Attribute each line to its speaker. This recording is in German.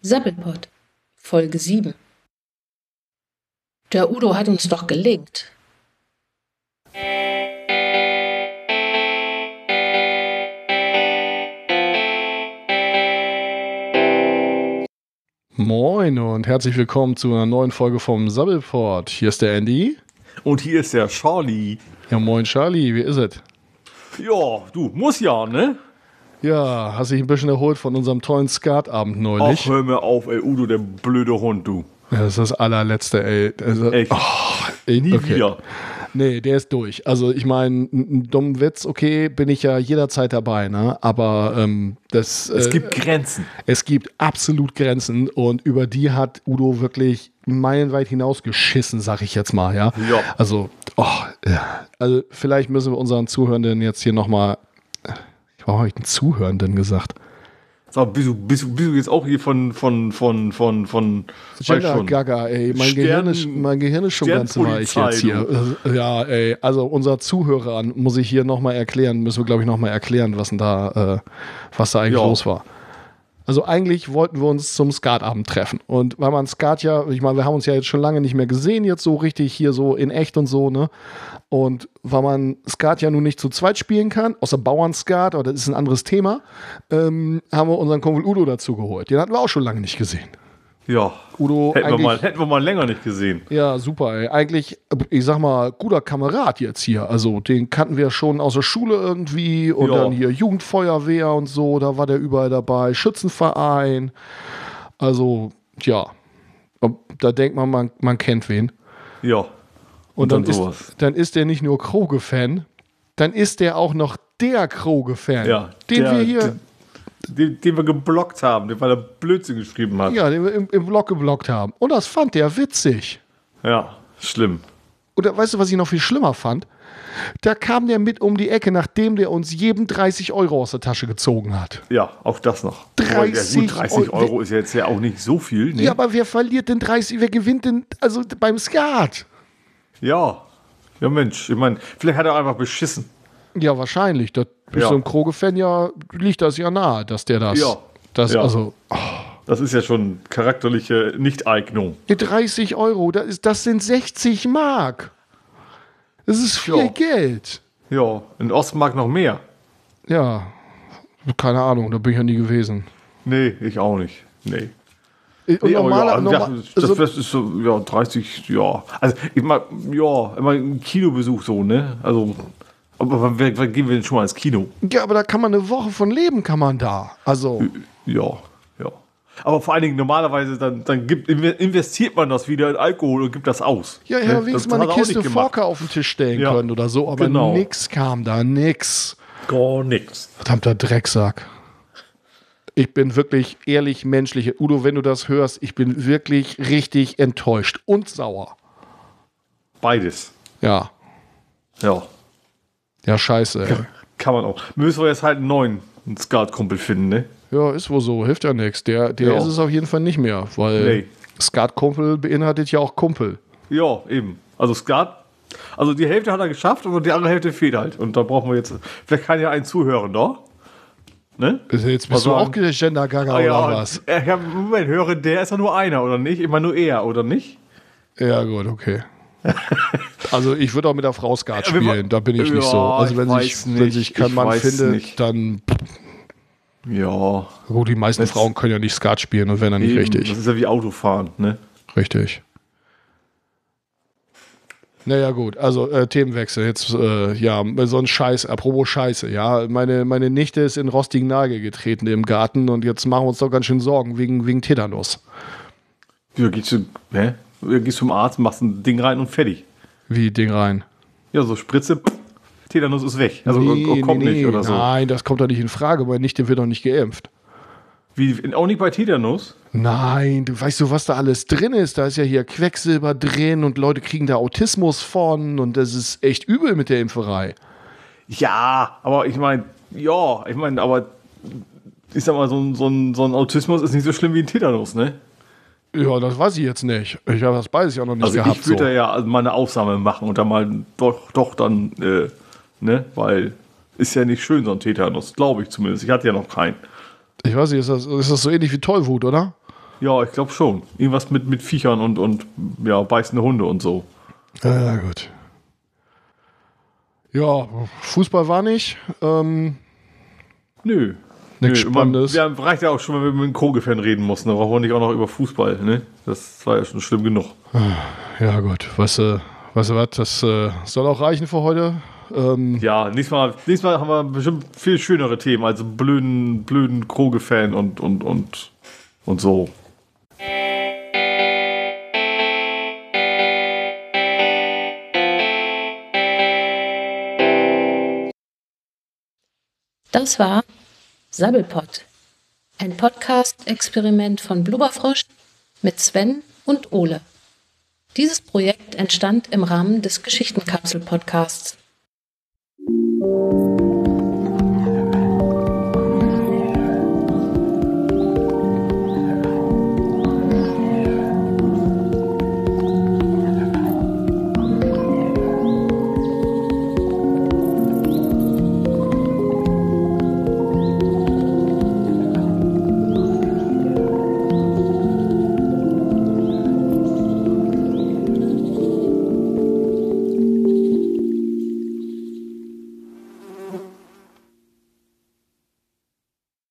Speaker 1: Sappelpott, Folge 7. Der Udo hat uns doch gelingt.
Speaker 2: Moin und herzlich willkommen zu einer neuen Folge vom Sabbelport. Hier ist der Andy.
Speaker 3: Und hier ist der Charlie.
Speaker 2: Ja, moin Charlie, wie ist es?
Speaker 3: Ja, du, muss ja, ne?
Speaker 2: Ja, hast dich ein bisschen erholt von unserem tollen Skatabend
Speaker 3: Ach,
Speaker 2: neulich.
Speaker 3: hör mir auf, ey, Udo, der blöde Hund, du.
Speaker 2: Ja, das ist das allerletzte, ey. Also,
Speaker 3: Echt.
Speaker 2: ey,
Speaker 3: Nie
Speaker 2: okay.
Speaker 3: wieder.
Speaker 2: Nee, der ist durch. Also ich meine, einen dummen Witz, okay, bin ich ja jederzeit dabei, ne? Aber ähm, das,
Speaker 3: Es
Speaker 2: äh,
Speaker 3: gibt Grenzen.
Speaker 2: es gibt absolut Grenzen und über die hat Udo wirklich meilenweit hinausgeschissen, sag ich jetzt mal, ja.
Speaker 3: Ja.
Speaker 2: Also, oh, ja. also vielleicht müssen wir unseren Zuhörenden jetzt hier nochmal. Warum habe ich den Zuhörenden gesagt?
Speaker 3: Sag, bist du, bist, du- bist du jetzt auch hier von, von, von, von, von, weiß
Speaker 2: Gender Gaga, ey, mein,
Speaker 3: Stern-
Speaker 2: Gehirn ist, mein Gehirn ist schon ganz weich
Speaker 3: Sternpolizei,
Speaker 2: jetzt hier. Ja, ey, also unser Zuhörern muss ich hier nochmal erklären, müssen wir, glaube ich, nochmal erklären, was denn da, äh, was da eigentlich
Speaker 3: Ja.
Speaker 2: los war. Also eigentlich wollten wir uns zum Skatabend treffen. Und weil man Skat ja, ich meine, wir haben uns ja jetzt schon lange nicht mehr gesehen, jetzt so richtig hier so in echt und so, ne? Und weil man Skat ja nun nicht zu zweit spielen kann, außer Bauernskat, aber das ist ein anderes Thema, ähm, haben wir unseren Kumpel Udo dazu geholt. Den hatten wir auch schon lange nicht gesehen.
Speaker 3: Ja.
Speaker 2: Udo,
Speaker 3: hätten, wir
Speaker 2: eigentlich-
Speaker 3: mal, hätten wir mal länger nicht gesehen.
Speaker 2: Ja, super. Ey. Eigentlich, ich sag mal, guter Kamerad jetzt hier. Also den kannten wir schon aus der Schule irgendwie und
Speaker 3: Ja.
Speaker 2: dann hier Jugendfeuerwehr und so. Da war der überall dabei. Schützenverein. Also ja, Ob- da denkt man, man, man kennt wen.
Speaker 3: Ja.
Speaker 2: Und,
Speaker 3: Und
Speaker 2: dann,
Speaker 3: dann sowas.
Speaker 2: ist, dann ist der nicht nur Kroge-Fan, dann ist der auch noch der Kroge-Fan,
Speaker 3: Ja.
Speaker 2: den
Speaker 3: der-
Speaker 2: wir hier,
Speaker 3: Den, den wir geblockt haben, den, weil er Blödsinn geschrieben hat.
Speaker 2: ja, den wir im, im Blog geblockt haben. Und das fand der witzig.
Speaker 3: ja. Schlimm.
Speaker 2: Oder weißt du, was ich noch viel schlimmer fand? Da kam der mit um die Ecke, nachdem der uns jedem 30 Euro aus der Tasche gezogen hat.
Speaker 3: Ja, auch das noch. Obwohl, ja,
Speaker 2: 30
Speaker 3: gut, 30
Speaker 2: Euro.
Speaker 3: Euro ist ja jetzt ja auch nicht so viel. Ne?
Speaker 2: Ja, aber wer verliert denn 30? Wer gewinnt denn also beim Skat?
Speaker 3: ja. Ja, Mensch. Ich meine, vielleicht hat er einfach beschissen.
Speaker 2: Ja, wahrscheinlich. Da bist
Speaker 3: Ja.
Speaker 2: du ein Kroge-Fan ja, liegt das ja nahe, dass der das.
Speaker 3: Ja.
Speaker 2: Das,
Speaker 3: Ja.
Speaker 2: Also,
Speaker 3: Das ist ja schon charakterliche Nichteignung.
Speaker 2: die 30 Euro, das, ist, das sind 60 Mark. Das ist viel
Speaker 3: Ja.
Speaker 2: Geld.
Speaker 3: Ja, in Ostmark noch mehr.
Speaker 2: Ja, keine Ahnung, da bin ich ja nie gewesen.
Speaker 3: Nee, ich auch nicht. Nee.
Speaker 2: Äh, Und
Speaker 3: nee aber
Speaker 2: normaler-
Speaker 3: ja, also
Speaker 2: normal-
Speaker 3: das,
Speaker 2: also-
Speaker 3: das, das ist so, ja, 30, ja. Also, ich mal, ja, immer ein Kinobesuch so, ne? Also, aber wann, wann wann gehen wir denn schon mal ins Kino?
Speaker 2: ja, aber da kann man eine Woche von leben, kann man da. Also.
Speaker 3: Ja, ja. Aber vor allen Dingen, normalerweise, dann, dann gibt, investiert man das wieder in Alkohol und gibt das aus.
Speaker 2: Ja, ich
Speaker 3: Ne?
Speaker 2: hätte wenigstens mal
Speaker 3: hat
Speaker 2: eine
Speaker 3: er auch
Speaker 2: Kiste
Speaker 3: nicht gemacht.
Speaker 2: Forker auf den Tisch stellen
Speaker 3: Ja,
Speaker 2: können oder so, aber
Speaker 3: genau.
Speaker 2: nix kam da, nix.
Speaker 3: Gar nichts.
Speaker 2: Verdammter Drecksack. Ich bin wirklich ehrlich menschlich. Udo, wenn du das hörst, ich bin wirklich richtig enttäuscht und sauer.
Speaker 3: Beides.
Speaker 2: Ja,
Speaker 3: Ja,
Speaker 2: ja, scheiße. Ey.
Speaker 3: kann man auch. Müssen wir jetzt halt einen neuen Skat-Kumpel finden, ne?
Speaker 2: Ja, ist wohl so, hilft ja nichts. Der, der
Speaker 3: Ja.
Speaker 2: ist es auf jeden Fall nicht mehr, weil
Speaker 3: Nee.
Speaker 2: Skatkumpel beinhaltet ja auch Kumpel.
Speaker 3: Ja, eben. Also Skat. Also die Hälfte hat er geschafft, aber die andere Hälfte fehlt halt. Und da brauchen wir jetzt. Vielleicht kann ja ein zuhören, da. Ne?
Speaker 2: Jetzt bist
Speaker 3: Was
Speaker 2: du
Speaker 3: sagen?
Speaker 2: auch Gender Gaga oder
Speaker 3: ja,
Speaker 2: was?
Speaker 3: äh, Ja, Moment, höre der ist ja nur einer, oder nicht? Immer nur er, oder nicht?
Speaker 2: Ja, gut, okay. Also ich würde auch mit der Frau Skat
Speaker 3: Ja, wir
Speaker 2: spielen,
Speaker 3: wa-
Speaker 2: da bin ich
Speaker 3: Ja,
Speaker 2: nicht so. Also wenn
Speaker 3: ich
Speaker 2: sich,
Speaker 3: weiß
Speaker 2: wenn
Speaker 3: nicht,
Speaker 2: sich kein
Speaker 3: ich
Speaker 2: Mann
Speaker 3: weiß
Speaker 2: findet,
Speaker 3: nicht.
Speaker 2: dann
Speaker 3: Ja.
Speaker 2: gut, die meisten
Speaker 3: Das-
Speaker 2: Frauen können ja nicht Skat spielen und wenn dann nicht
Speaker 3: eben. Das
Speaker 2: richtig.
Speaker 3: ist ja wie Autofahren, ne?
Speaker 2: Richtig. Naja, gut, also äh, Themenwechsel. Jetzt, äh, ja, so ein Scheiß, apropos Scheiße, ja. Meine, meine Nichte ist in rostigen Nagel getreten im Garten und jetzt machen wir uns doch ganz schön Sorgen wegen, wegen Tetanus.
Speaker 3: Ja, gehst du. Hä? Ja, gehst zum Arzt, machst ein Ding rein und fertig.
Speaker 2: Wie Ding rein.
Speaker 3: Ja, so Spritze, pff, Tetanus ist weg. Also und- und kommt nicht oder so.
Speaker 2: Nein, das kommt doch nicht in Frage, meine Nichte wird doch nicht geimpft.
Speaker 3: Wie, auch nicht bei Tetanus?
Speaker 2: Nein, du weißt du, was da alles drin ist? Da ist ja hier Quecksilber drin und Leute kriegen da Autismus von und das ist echt übel mit der Impferei.
Speaker 3: Ja, aber ich meine, ja, ich meine, aber ich sag mal, so ein, so, ein, so ein Autismus ist nicht so schlimm wie ein Tetanus, ne?
Speaker 2: Ja, das weiß ich jetzt nicht. Ich habe das beides ja noch nicht
Speaker 3: Also
Speaker 2: gehabt.
Speaker 3: ich würde
Speaker 2: so.
Speaker 3: da ja mal eine Aufnahme machen und dann mal doch, doch dann, äh, ne? Weil ist ja nicht schön, so ein Tetanus, glaube ich zumindest. Ich hatte ja noch keinen.
Speaker 2: Ich weiß nicht, ist das, ist das so ähnlich wie Tollwut, oder?
Speaker 3: Ja, ich glaube schon. Irgendwas mit, mit Viechern und, und ja, beißende Hunde und so.
Speaker 2: Ja, ja, gut. Ja, Fußball war nicht. Ähm,
Speaker 3: Nö.
Speaker 2: Nichts
Speaker 3: Nö,
Speaker 2: Spannendes.
Speaker 3: Man, ja, reicht ja auch schon, wenn wir mit einem Koge-Fan reden mussten. Da brauchen wir nicht auch noch über Fußball. Ne? Das war ja schon schlimm genug.
Speaker 2: ja, gut. Weißt du, weißt du was? Das äh, soll auch reichen für heute. Ähm,
Speaker 3: Ja, nächstes Mal, nächstes Mal haben wir bestimmt viel schönere Themen als blöden, blöden Kroge-Fan und, und, und, und so.
Speaker 1: Das war Sabbelpott. Ein Podcast-Experiment von Blubberfrosch mit Sven und Ole. Dieses Projekt entstand im Rahmen des Geschichtenkapsel-Podcasts.